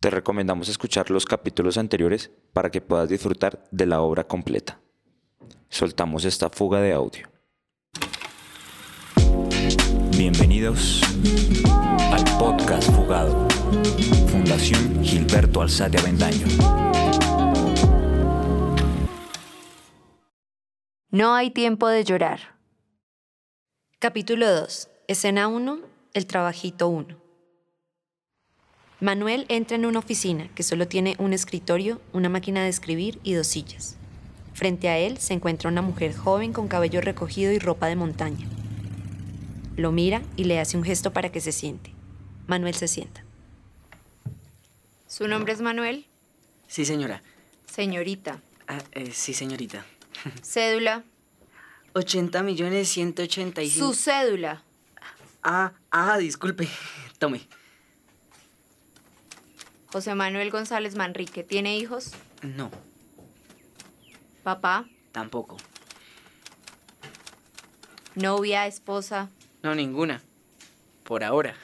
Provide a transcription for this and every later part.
te recomendamos escuchar los capítulos anteriores para que puedas disfrutar de la obra completa. Soltamos esta fuga de audio. Bienvenidos al podcast Fugado, Fundación Gilberto Alzate Avendaño. No hay tiempo de llorar. Capítulo 2. Escena 1. El trabajito 1. Manuel entra en una oficina que solo tiene un escritorio, una máquina de escribir y dos sillas. Frente a él se encuentra una mujer joven con cabello recogido y ropa de montaña. Lo mira y le hace un gesto para que se siente. Manuel se sienta. ¿Su nombre es Manuel? Sí, señora. Señorita. Ah, eh, sí, señorita. Cédula. 80 millones 185. Su cédula. Ah, ah, disculpe. Tome. José Manuel González Manrique. ¿Tiene hijos? No, Papá. tampoco. Novia, esposa. No, ninguna. Por ahora.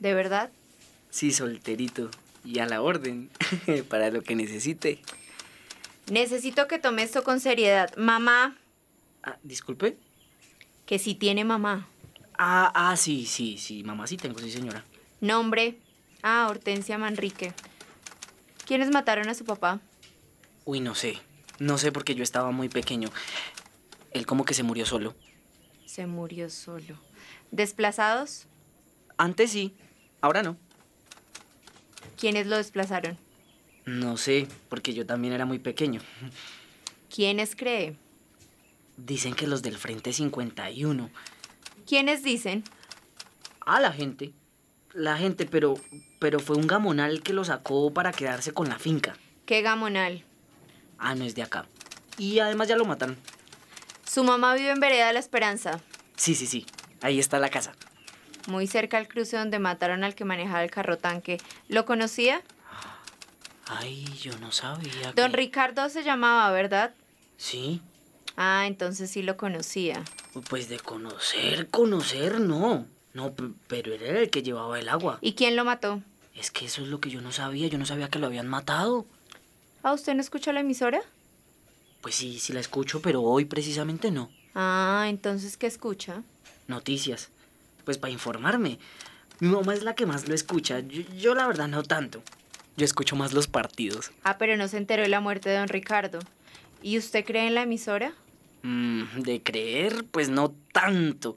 ¿De verdad? Sí, solterito. Y a la orden. Para lo que necesite. Necesito que tome esto con seriedad. Mamá. Ah, disculpe. Que si tiene mamá. Ah, ah, sí, sí, sí. Mamá sí tengo, sí, señora. Nombre. Ah, Hortensia Manrique. ¿Quiénes mataron a su papá? Uy, no sé. No sé porque yo estaba muy pequeño. Él como que se murió solo. Se murió solo. ¿Desplazados? Antes sí, ahora no. ¿Quiénes lo desplazaron? No sé, porque yo también era muy pequeño. ¿Quiénes cree? Dicen que los del Frente 51. ¿Quiénes dicen? a la gente. La gente, pero, pero fue un gamonal que lo sacó para quedarse con la finca. Qué gamonal. Ah, no es de acá. Y además ya lo mataron. Su mamá vive en Vereda de la Esperanza, Sí, sí, sí. Ahí está la casa. muy cerca al cruce donde mataron al que manejaba el carro tanque. ¿Lo conocía? Ay, yo no sabía. Don que- Ricardo se llamaba, ¿verdad? Sí. Ah, entonces sí lo conocía. Pues de conocer, conocer, no. No, p- pero era el que llevaba el agua. ¿Y quién lo mató? Es que eso es lo que yo no sabía. Yo no sabía que lo habían matado. ¿Ah, usted no escuchó la emisora? Pues sí, sí la escucho, pero hoy precisamente no. Ah, entonces ¿qué escucha? Noticias. Pues para informarme. Mi mamá es la que más lo escucha. Yo, yo la verdad no tanto. Yo escucho más los partidos. Ah, pero no se enteró de la muerte de don Ricardo. ¿Y usted cree en la emisora? Mm, de creer, pues no tanto.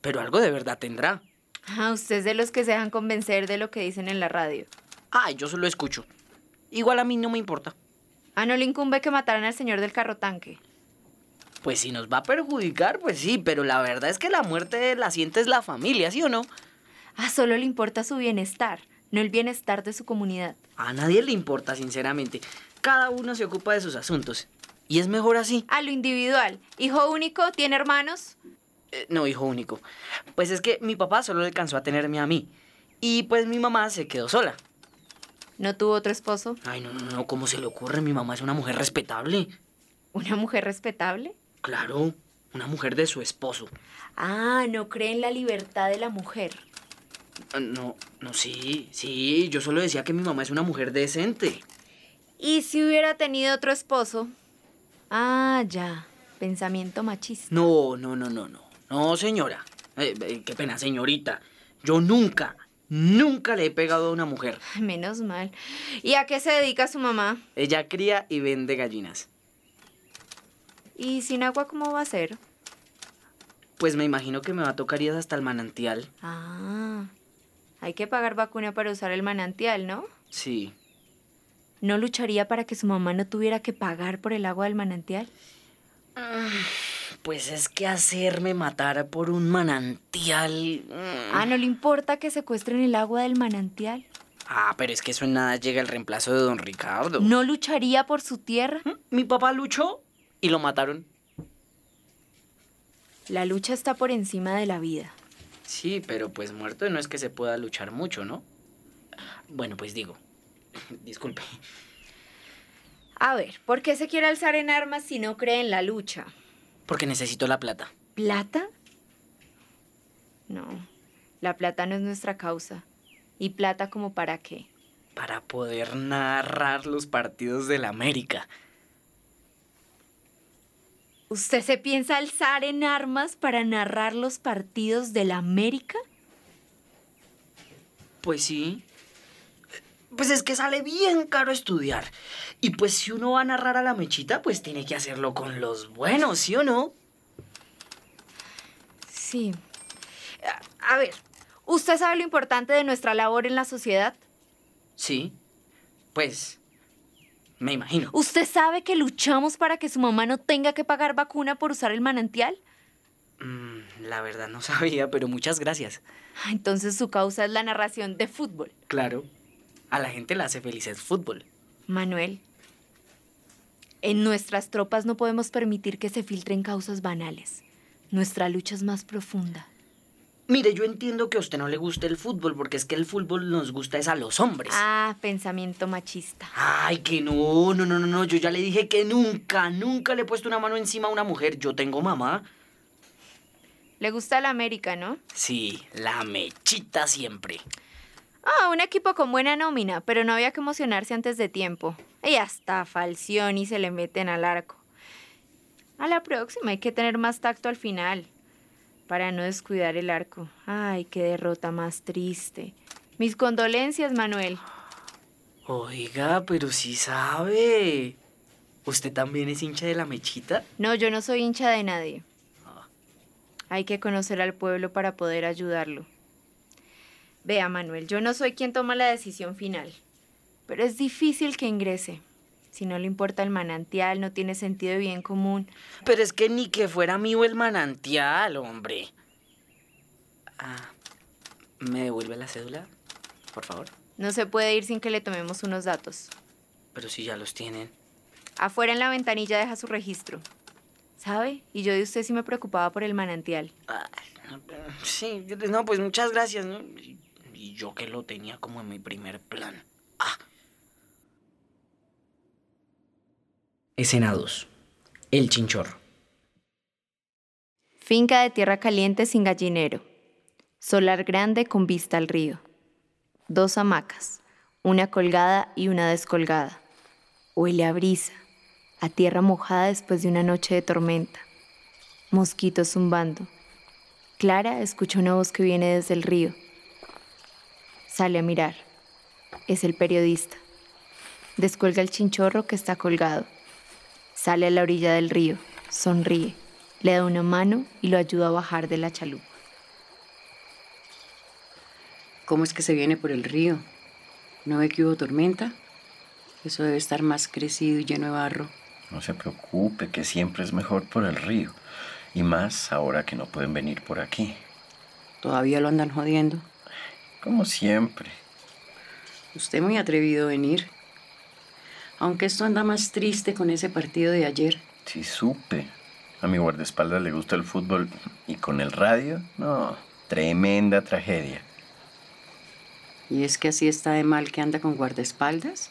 Pero algo de verdad tendrá. Ah, usted es de los que se dejan convencer de lo que dicen en la radio. Ah, yo solo escucho. Igual a mí no me importa. Ah, no le incumbe que mataran al señor del carro tanque. Pues si nos va a perjudicar, pues sí, pero la verdad es que la muerte la siente es la familia, ¿sí o no? Ah, solo le importa su bienestar, no el bienestar de su comunidad. A nadie le importa, sinceramente. Cada uno se ocupa de sus asuntos. Y es mejor así. A lo individual. Hijo único, tiene hermanos. Eh, no, hijo único. Pues es que mi papá solo alcanzó a tenerme a mí. Y pues mi mamá se quedó sola. No tuvo otro esposo. Ay, no, no, no, ¿cómo se le ocurre? Mi mamá es una mujer respetable. Una mujer respetable. Claro, una mujer de su esposo. Ah, no cree en la libertad de la mujer. Ah, No, no, sí, sí, yo solo decía que mi mamá es una mujer decente. ¿Y si hubiera tenido otro esposo? Ah, ya. Pensamiento machista. No, no, no, no, no. No, señora. Eh, eh, qué pena, señorita. Yo nunca, nunca le he pegado a una mujer. Ay, Menos mal. ¿Y a qué se dedica su mamá? Ella cría y vende gallinas. ¿Y sin agua cómo va a ser? Pues me imagino que me va a tocar ir hasta el manantial. Ah, hay que pagar vacuna para usar el manantial, ¿no? Sí. ¿No lucharía para que su mamá no tuviera que pagar por el agua del manantial? Pues es que hacerme matar por un manantial. mm. Ah, ¿no le importa que secuestren el agua del manantial? Ah, pero es que eso en nada llega el reemplazo de don Ricardo. ¿No lucharía por su tierra? Mm, Mi papá luchó y lo mataron. La lucha está por encima de la vida. Sí, pero pues muerto no es que se pueda luchar mucho, ¿no? Bueno, pues digo, disculpe. A ver, ¿por qué se quiere alzar en armas si no cree en la lucha? Porque necesito la plata. ¿Plata? No, la plata no es nuestra causa. ¿Y plata como para qué? para poder narrar los partidos del América. ¿Usted se piensa alzar en armas para narrar los partidos de la América? Pues sí. Pues es que sale bien caro estudiar. Y pues si uno va a narrar a la mechita, pues tiene que hacerlo con los buenos, ¿sí o no? Sí. A ver, ¿usted sabe lo importante de nuestra labor en la sociedad? Sí. Pues... Me imagino. ¿Usted sabe que luchamos para que su mamá no tenga que pagar vacuna por usar el manantial? Mm, la verdad no sabía, pero muchas gracias. Ah, Entonces su causa es la narración de fútbol. Claro. A la gente la hace feliz el fútbol. Manuel, en nuestras tropas no podemos permitir que se filtren causas banales. Nuestra lucha es más profunda. Mire, yo entiendo que a usted no le gusta el fútbol, porque es que el fútbol nos gusta es a los hombres. Ah, pensamiento machista. Ay, que no, no, no, no, no. Yo ya le dije que nunca, nunca le he puesto una mano encima a una mujer. Yo tengo mamá. Le gusta la América, ¿no? Sí, la mechita siempre. Ah, un equipo con buena nómina, pero no había que emocionarse antes de tiempo. Y hasta Falcioni se le meten al arco. A la próxima hay que tener más tacto al final, para no descuidar el arco. Ay, qué derrota más triste. Mis condolencias, Manuel. Oiga, pero sí sabe. ¿Usted también es hincha de la mechita? No, yo no soy hincha de nadie. Hay que conocer al pueblo para poder ayudarlo. Vea, Manuel, yo no soy quien toma la decisión final, pero es difícil que ingrese. Si no le importa el manantial, no tiene sentido de bien común. Pero es que ni que fuera mío el manantial, hombre. Ah, ¿Me devuelve la cédula? Por favor. No se puede ir sin que le tomemos unos datos. Pero si ya los tienen. Afuera en la ventanilla deja su registro. ¿Sabe? Y yo de usted sí me preocupaba por el manantial. Ah, sí, no, pues muchas gracias. ¿no? Y yo que lo tenía como en mi primer plan. Ah. Escena 2. El chinchorro. Finca de tierra caliente sin gallinero. Solar grande con vista al río. Dos hamacas, una colgada y una descolgada. Huele a brisa, a tierra mojada después de una noche de tormenta. Mosquitos zumbando. Clara escucha una voz que viene desde el río. Sale a mirar. Es el periodista. Descuelga el chinchorro que está colgado. Sale a la orilla del río, sonríe, le da una mano y lo ayuda a bajar de la chalupa. ¿Cómo es que se viene por el río? ¿No ve que hubo tormenta? Eso debe estar más crecido y lleno de barro. No se preocupe, que siempre es mejor por el río. Y más ahora que no pueden venir por aquí. Todavía lo andan jodiendo. Como siempre. Usted muy atrevido a venir. Aunque esto anda más triste con ese partido de ayer. Sí supe. A mi guardaespaldas le gusta el fútbol y con el radio, no, tremenda tragedia. ¿Y es que así está de mal que anda con guardaespaldas?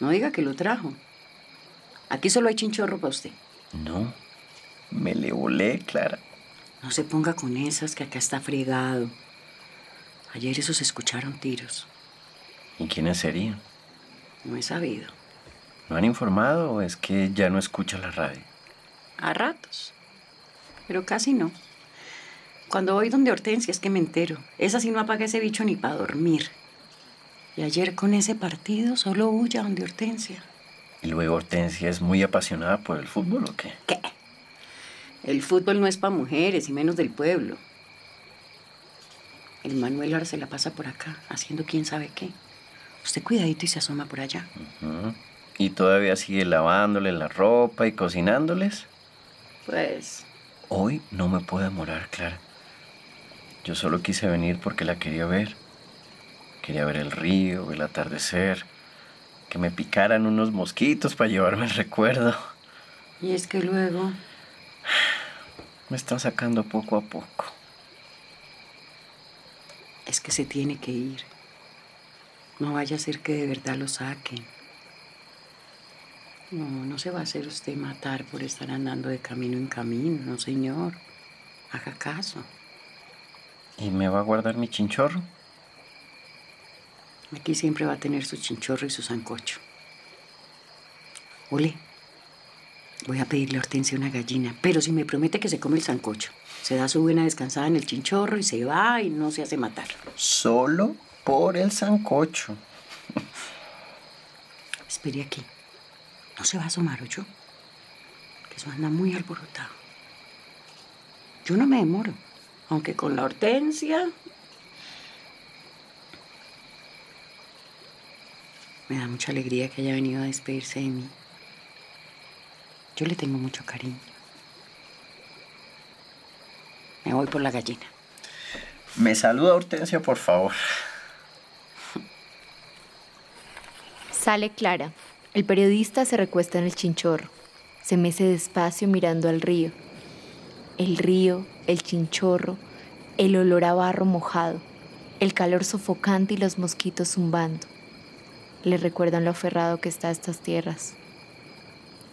No diga que lo trajo. Aquí solo hay chinchorro para usted. No, me le volé, Clara. No se ponga con esas que acá está fregado. Ayer esos escucharon tiros. ¿Y quiénes serían? No he sabido. ¿No han informado o es que ya no escucha la radio? A ratos. Pero casi no. Cuando voy donde Hortensia es que me entero. Esa sí no apaga ese bicho ni para dormir. Y ayer con ese partido solo huya donde Hortensia. ¿Y luego Hortensia es muy apasionada por el fútbol o qué? ¿Qué? El fútbol no es para mujeres y menos del pueblo. El Manuel ahora se la pasa por acá, haciendo quién sabe qué. Usted cuidadito y se asoma por allá. Ujú. ¿Y todavía sigue lavándoles la ropa y cocinándoles? Pues, Hoy no me puedo demorar, Clara. Yo solo quise venir porque la quería ver. Quería ver el río, el atardecer, que me picaran unos mosquitos para llevarme el recuerdo. y es que luego... Me están sacando poco a poco. Es que se tiene que ir. No vaya a ser que de verdad lo saquen. No, no se va a hacer usted matar por estar andando de camino en camino, no señor. Haga caso. ¿Y me va a guardar mi chinchorro? Aquí siempre va a tener su chinchorro y su sancocho. Ole, voy a pedirle a Hortensia una gallina, pero si me promete que se come el sancocho, se da su buena descansada en el chinchorro y se va y no se hace matar. Solo por el sancocho. Espere aquí. No se va a asomar, yo Que eso anda muy alborotado. Yo no me demoro, aunque con la hortensia. Me da mucha alegría que haya venido a despedirse de mí. Yo le tengo mucho cariño. Me voy por la gallina. Me saluda Hortensia, por favor. Sale Clara. El periodista se recuesta en el chinchorro. Se mece despacio mirando al río. El río, el chinchorro, el olor a barro mojado, el calor sofocante y los mosquitos zumbando. Le recuerdan lo aferrado que está a estas tierras.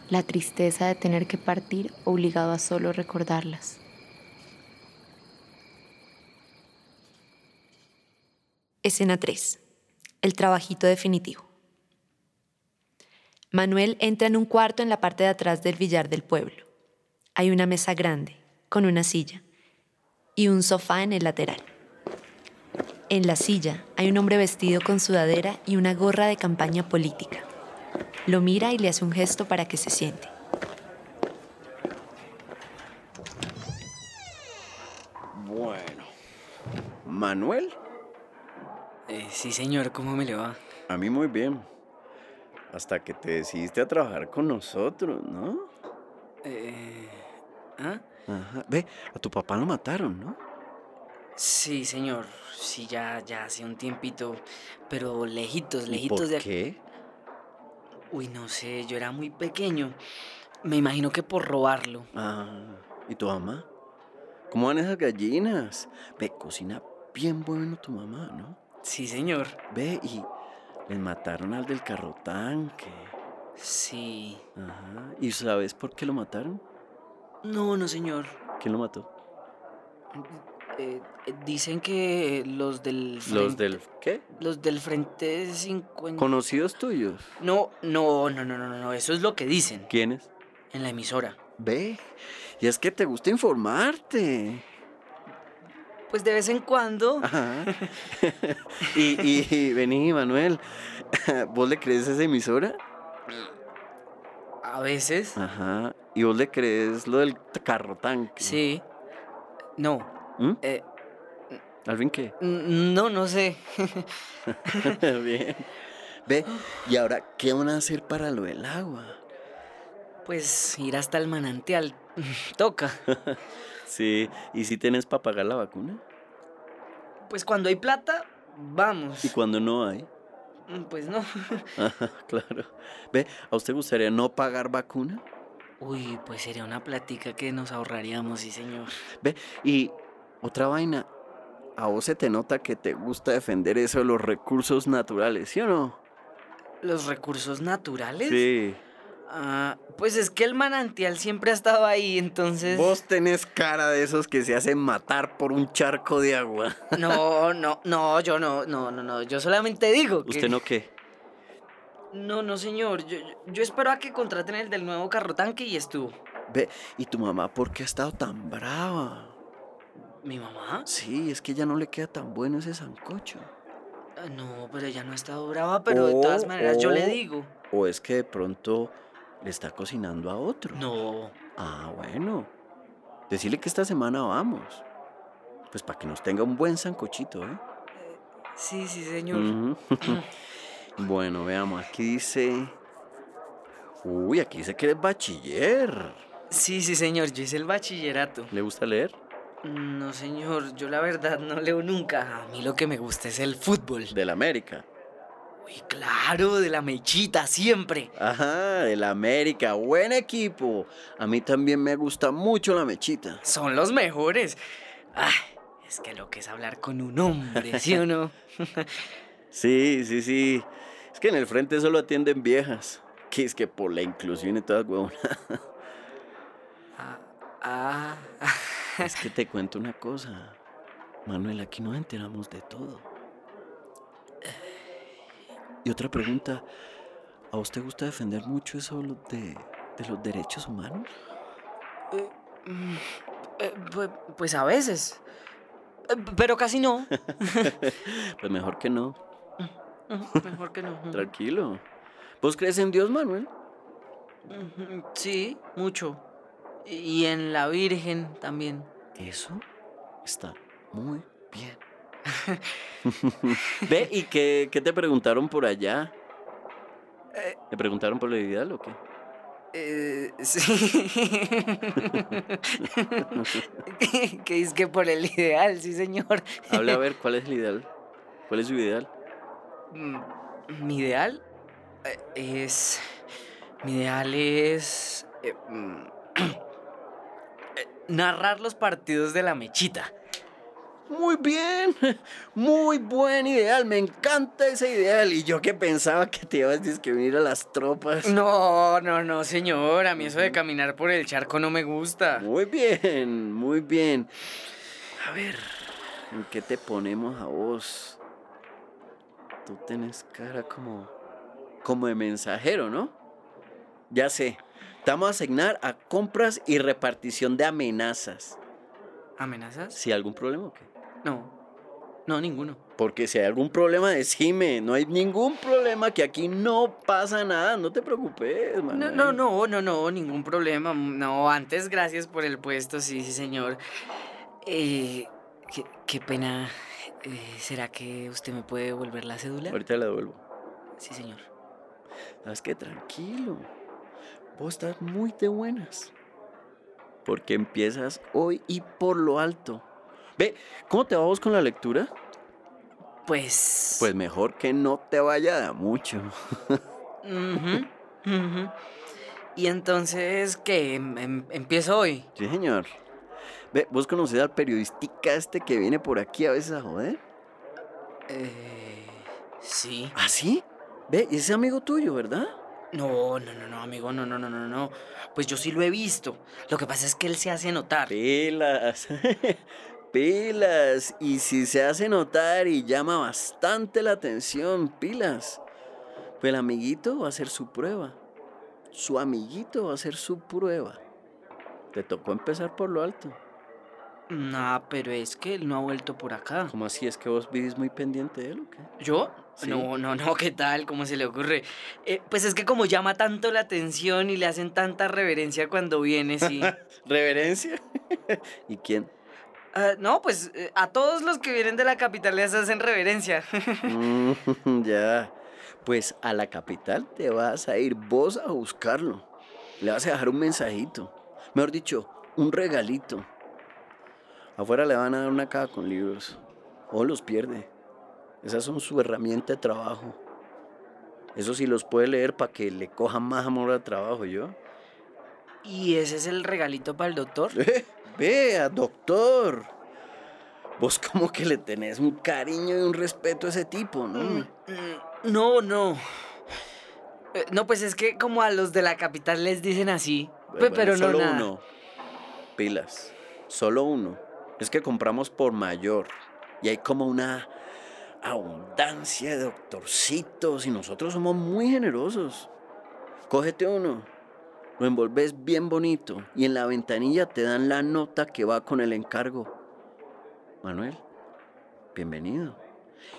La tristeza de tener que partir obligado a solo recordarlas. Escena 3. El trabajito definitivo. Manuel entra en un cuarto en la parte de atrás del billar del pueblo. Hay una mesa grande, con una silla, y un sofá en el lateral. En la silla hay un hombre vestido con sudadera y una gorra de campaña política. Lo mira y le hace un gesto para que se siente. Bueno. Manuel, Eh, sí, señor, ¿cómo me le va? a mí muy bien. Hasta que te decidiste a trabajar con nosotros, ¿no? Eh, ¿Ah? Ajá. Ve, a tu papá lo mataron, ¿no? Sí, señor. Sí, ya, ya hace un tiempito. Pero lejitos, ¿Y lejitos ¿Por de aquí. qué? Uy, no sé, yo era muy pequeño. Me imagino que por robarlo. Ah, ¿y tu mamá? ¿Cómo van esas gallinas? Ve, cocina bien bueno tu mamá, ¿no? Sí, señor. Ve, y les mataron al del carro tanque. Sí. Ajá. ¿Y sabes por qué lo mataron? No, no, señor. ¿Quién lo mató? Eh, eh, dicen que los del frente, Los del... ¿Qué? los del frente 50 ¿Conocidos tuyos? No, no, no, no, no, no, eso es lo que dicen ¿Quiénes? en la emisora. Ve, y es que te gusta informarte. Pues de vez en cuando Ajá. y, y- y vení, Manuel, ¿vos le crees a esa emisora? Ah. a veces Ajá. ¿Y vos le crees lo del t- carro tanque? sí. No, ¿Mm? eh, ¿Al fin qué? n- no, no sé. Bien. Ve, ¿y ahora qué van a hacer para lo del agua? Pues ir hasta el manantial toca. Sí, ¿y si tenés para pagar la vacuna? Pues cuando hay plata, vamos. ¿Y cuando no hay? Mm, Pues no. Ajá, claro. Ve, ¿a usted gustaría no pagar vacuna? Uy, pues sería una plática que nos ahorraríamos, sí, señor. Y otra vaina, a vos se te nota que te gusta defender eso de los recursos naturales, ¿sí o no? ¿Los recursos naturales? Sí. Ah, pues es que el manantial siempre ha estado ahí, entonces. Vos tenés cara de esos que se hacen matar por un charco de agua. No, no, no, yo no, no, no, no. Yo solamente digo que. ¿Usted no qué? No, no, señor. Yo, yo- yo espero a que contraten el del nuevo carro tanque y estuvo. Ve, ¿y tu mamá por qué ha estado tan brava? ¿Mi mamá? Sí, es que ya no le queda tan bueno ese sancocho. Ah, No, pero ella no ha estado brava, pero de todas Oh, maneras yo le oh. digo. O es que de pronto le está cocinando a otro. No. Ah, bueno. Decirle que esta semana vamos. Pues para que nos tenga un buen sancochito, ¿eh? Sí, sí, señor. Ujú. bueno, veamos, aquí dice... Uy, aquí dice que eres bachiller. Sí, sí, señor. Yo hice el bachillerato. Mm, ¿Le gusta leer? No, señor. Yo la verdad no leo nunca. A mí lo que me gusta es el fútbol. Del América. Uy, claro, de la mechita, siempre. Ajá, del América. Buen equipo. A mí también me gusta mucho la mechita. Son los mejores. Ay, es que lo que es hablar con un hombre, ¿sí o no? Sí, sí, sí. Es que en el frente solo atienden viejas. Que es que por la inclusión y todas huevonas. Ah, ah, Es que te cuento una cosa. Manuel, aquí nos enteramos de todo. Y otra pregunta, ¿a usted gusta defender mucho eso lo de, de los derechos humanos? Mm, eh, pues, pues a veces. Eh, Pero casi no. Pues mejor que no, Ujú, Mejor que Mm. no. Ujú. tranquilo. ¿Vos crees en Dios, Manuel? Ujú, Sí, mucho. Y en la Virgen también. Eso está muy bien. Ve, ¿y qué, qué te preguntaron por allá? Eh. ¿Te preguntaron por la Vidal o qué? Eh, sí. que, que es que por el ideal, sí, señor. Habla a ver, ¿cuál es el ideal? ¿Cuál es su ideal? Mm, Mi ideal eh, es. Mi ideal es. eh, mm, eh, narrar los partidos de la mechita. Muy bien, muy buen ideal, me encanta ese ideal. Y yo que pensaba que te ibas a discriminar a las tropas. No, no, no, señor. A mí eso de caminar por el charco no me gusta. Muy bien, muy bien. A ver, ¿en qué te ponemos a vos? Tú tenés cara como, como de mensajero, ¿no? Ya sé, te vamos a asignar a compras y repartición de amenazas. ¿Amenazas? ¿Si hay algún problema o qué? No. No, ninguno. Porque si hay algún problema, decime. No hay ningún problema, que aquí no pasa nada. No te preocupes, man. No, no, no, no, no, ningún problema. No, antes gracias por el puesto, sí, sí, señor. Eh, qué, qué pena. Eh, ¿Será que usted me puede devolver la cédula? Ahorita la devuelvo. Sí, señor. Sabes que tranquilo. Vos estás muy de buenas. Porque empiezas hoy y por lo alto. Ve, ¿cómo te va vos con la lectura? Pues. Pues mejor que no te vaya de a mucho. ujú, ujú. Y entonces, ¿qué? Em- em- empiezo hoy. Sí, señor. Ve, ¿vos conocés al periodistica este que viene por aquí a veces a joder? Eh, sí. ¿Ah, sí? Ve, ese es amigo tuyo, ¿verdad? No, no, no, no, amigo, no, no, no, no, no. Pues yo sí lo he visto. Lo que pasa es que él se hace notar. Pilas. Pilas. Y si se hace notar y llama bastante la atención, pilas. Pues el amiguito va a hacer su prueba. Su amiguito va a hacer su prueba. Te tocó empezar por lo alto. No, Mm, ah, pero es que él no ha vuelto por acá. ¿Cómo así es que vos vivís muy pendiente de él o qué? ¿Yo? Sí. No, no, no, ¿qué tal? ¿Cómo se le ocurre? Eh, pues es que como llama tanto la atención y le hacen tanta reverencia cuando viene, sí. ¿Reverencia? ¿Y quién? Ah, no, pues eh, a todos los que vienen de la capital les hacen reverencia. Mm, ya. Pues a la capital te vas a ir vos a buscarlo. Le vas a dejar un mensajito. Mejor dicho, un regalito. Afuera le van a dar una caja con libros. O los pierde. Esas son su herramienta de trabajo. Eso sí los puede leer para que le coja más amor al trabajo, ¿yo? ¿Y ese es el regalito para el doctor? Eh, Vea, doctor. Vos como que le tenés un cariño y un respeto a ese tipo, ¿no? Mm, mm, No, no. Eh, No, pues es que como a los de la capital les dicen así. pe- Bueno, pero no solo nada. uno. Pilas. Solo uno. Es que compramos por mayor. Y hay como una abundancia de doctorcitos. Y nosotros somos muy generosos. Cógete uno. Lo envolves bien bonito. Y en la ventanilla te dan la nota que va con el encargo. Manuel, bienvenido.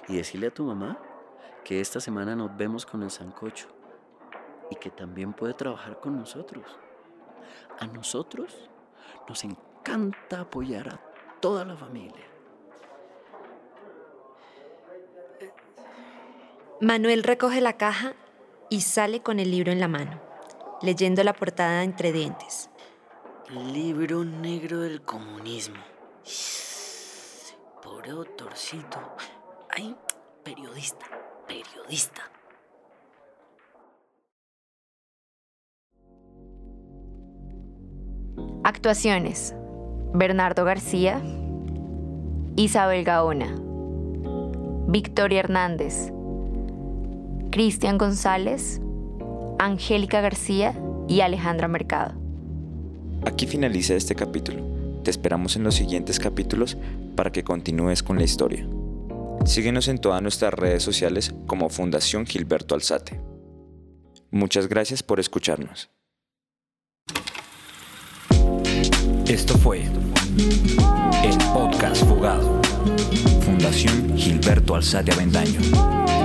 Y decirle a tu mamá que esta semana nos vemos con el Sancocho. Y que también puede trabajar con nosotros. A nosotros nos encanta apoyar a toda la familia. Manuel recoge la caja y sale con el libro en la mano, leyendo la portada entre dientes. Libro negro del comunismo. Pobre doctorcito. Ay, periodista, periodista. Actuaciones. Bernardo García. Isabel Gaona. Victoria Hernández. Cristian González. Angélica García y Alejandra Mercado. Aquí finaliza este capítulo. Te esperamos en los siguientes capítulos para que continúes con la historia. Síguenos en todas nuestras redes sociales como Fundación Gilberto Alzate. Muchas gracias por escucharnos. Esto fue el podcast Fugado. Fundación Gilberto Alzate Avendaño.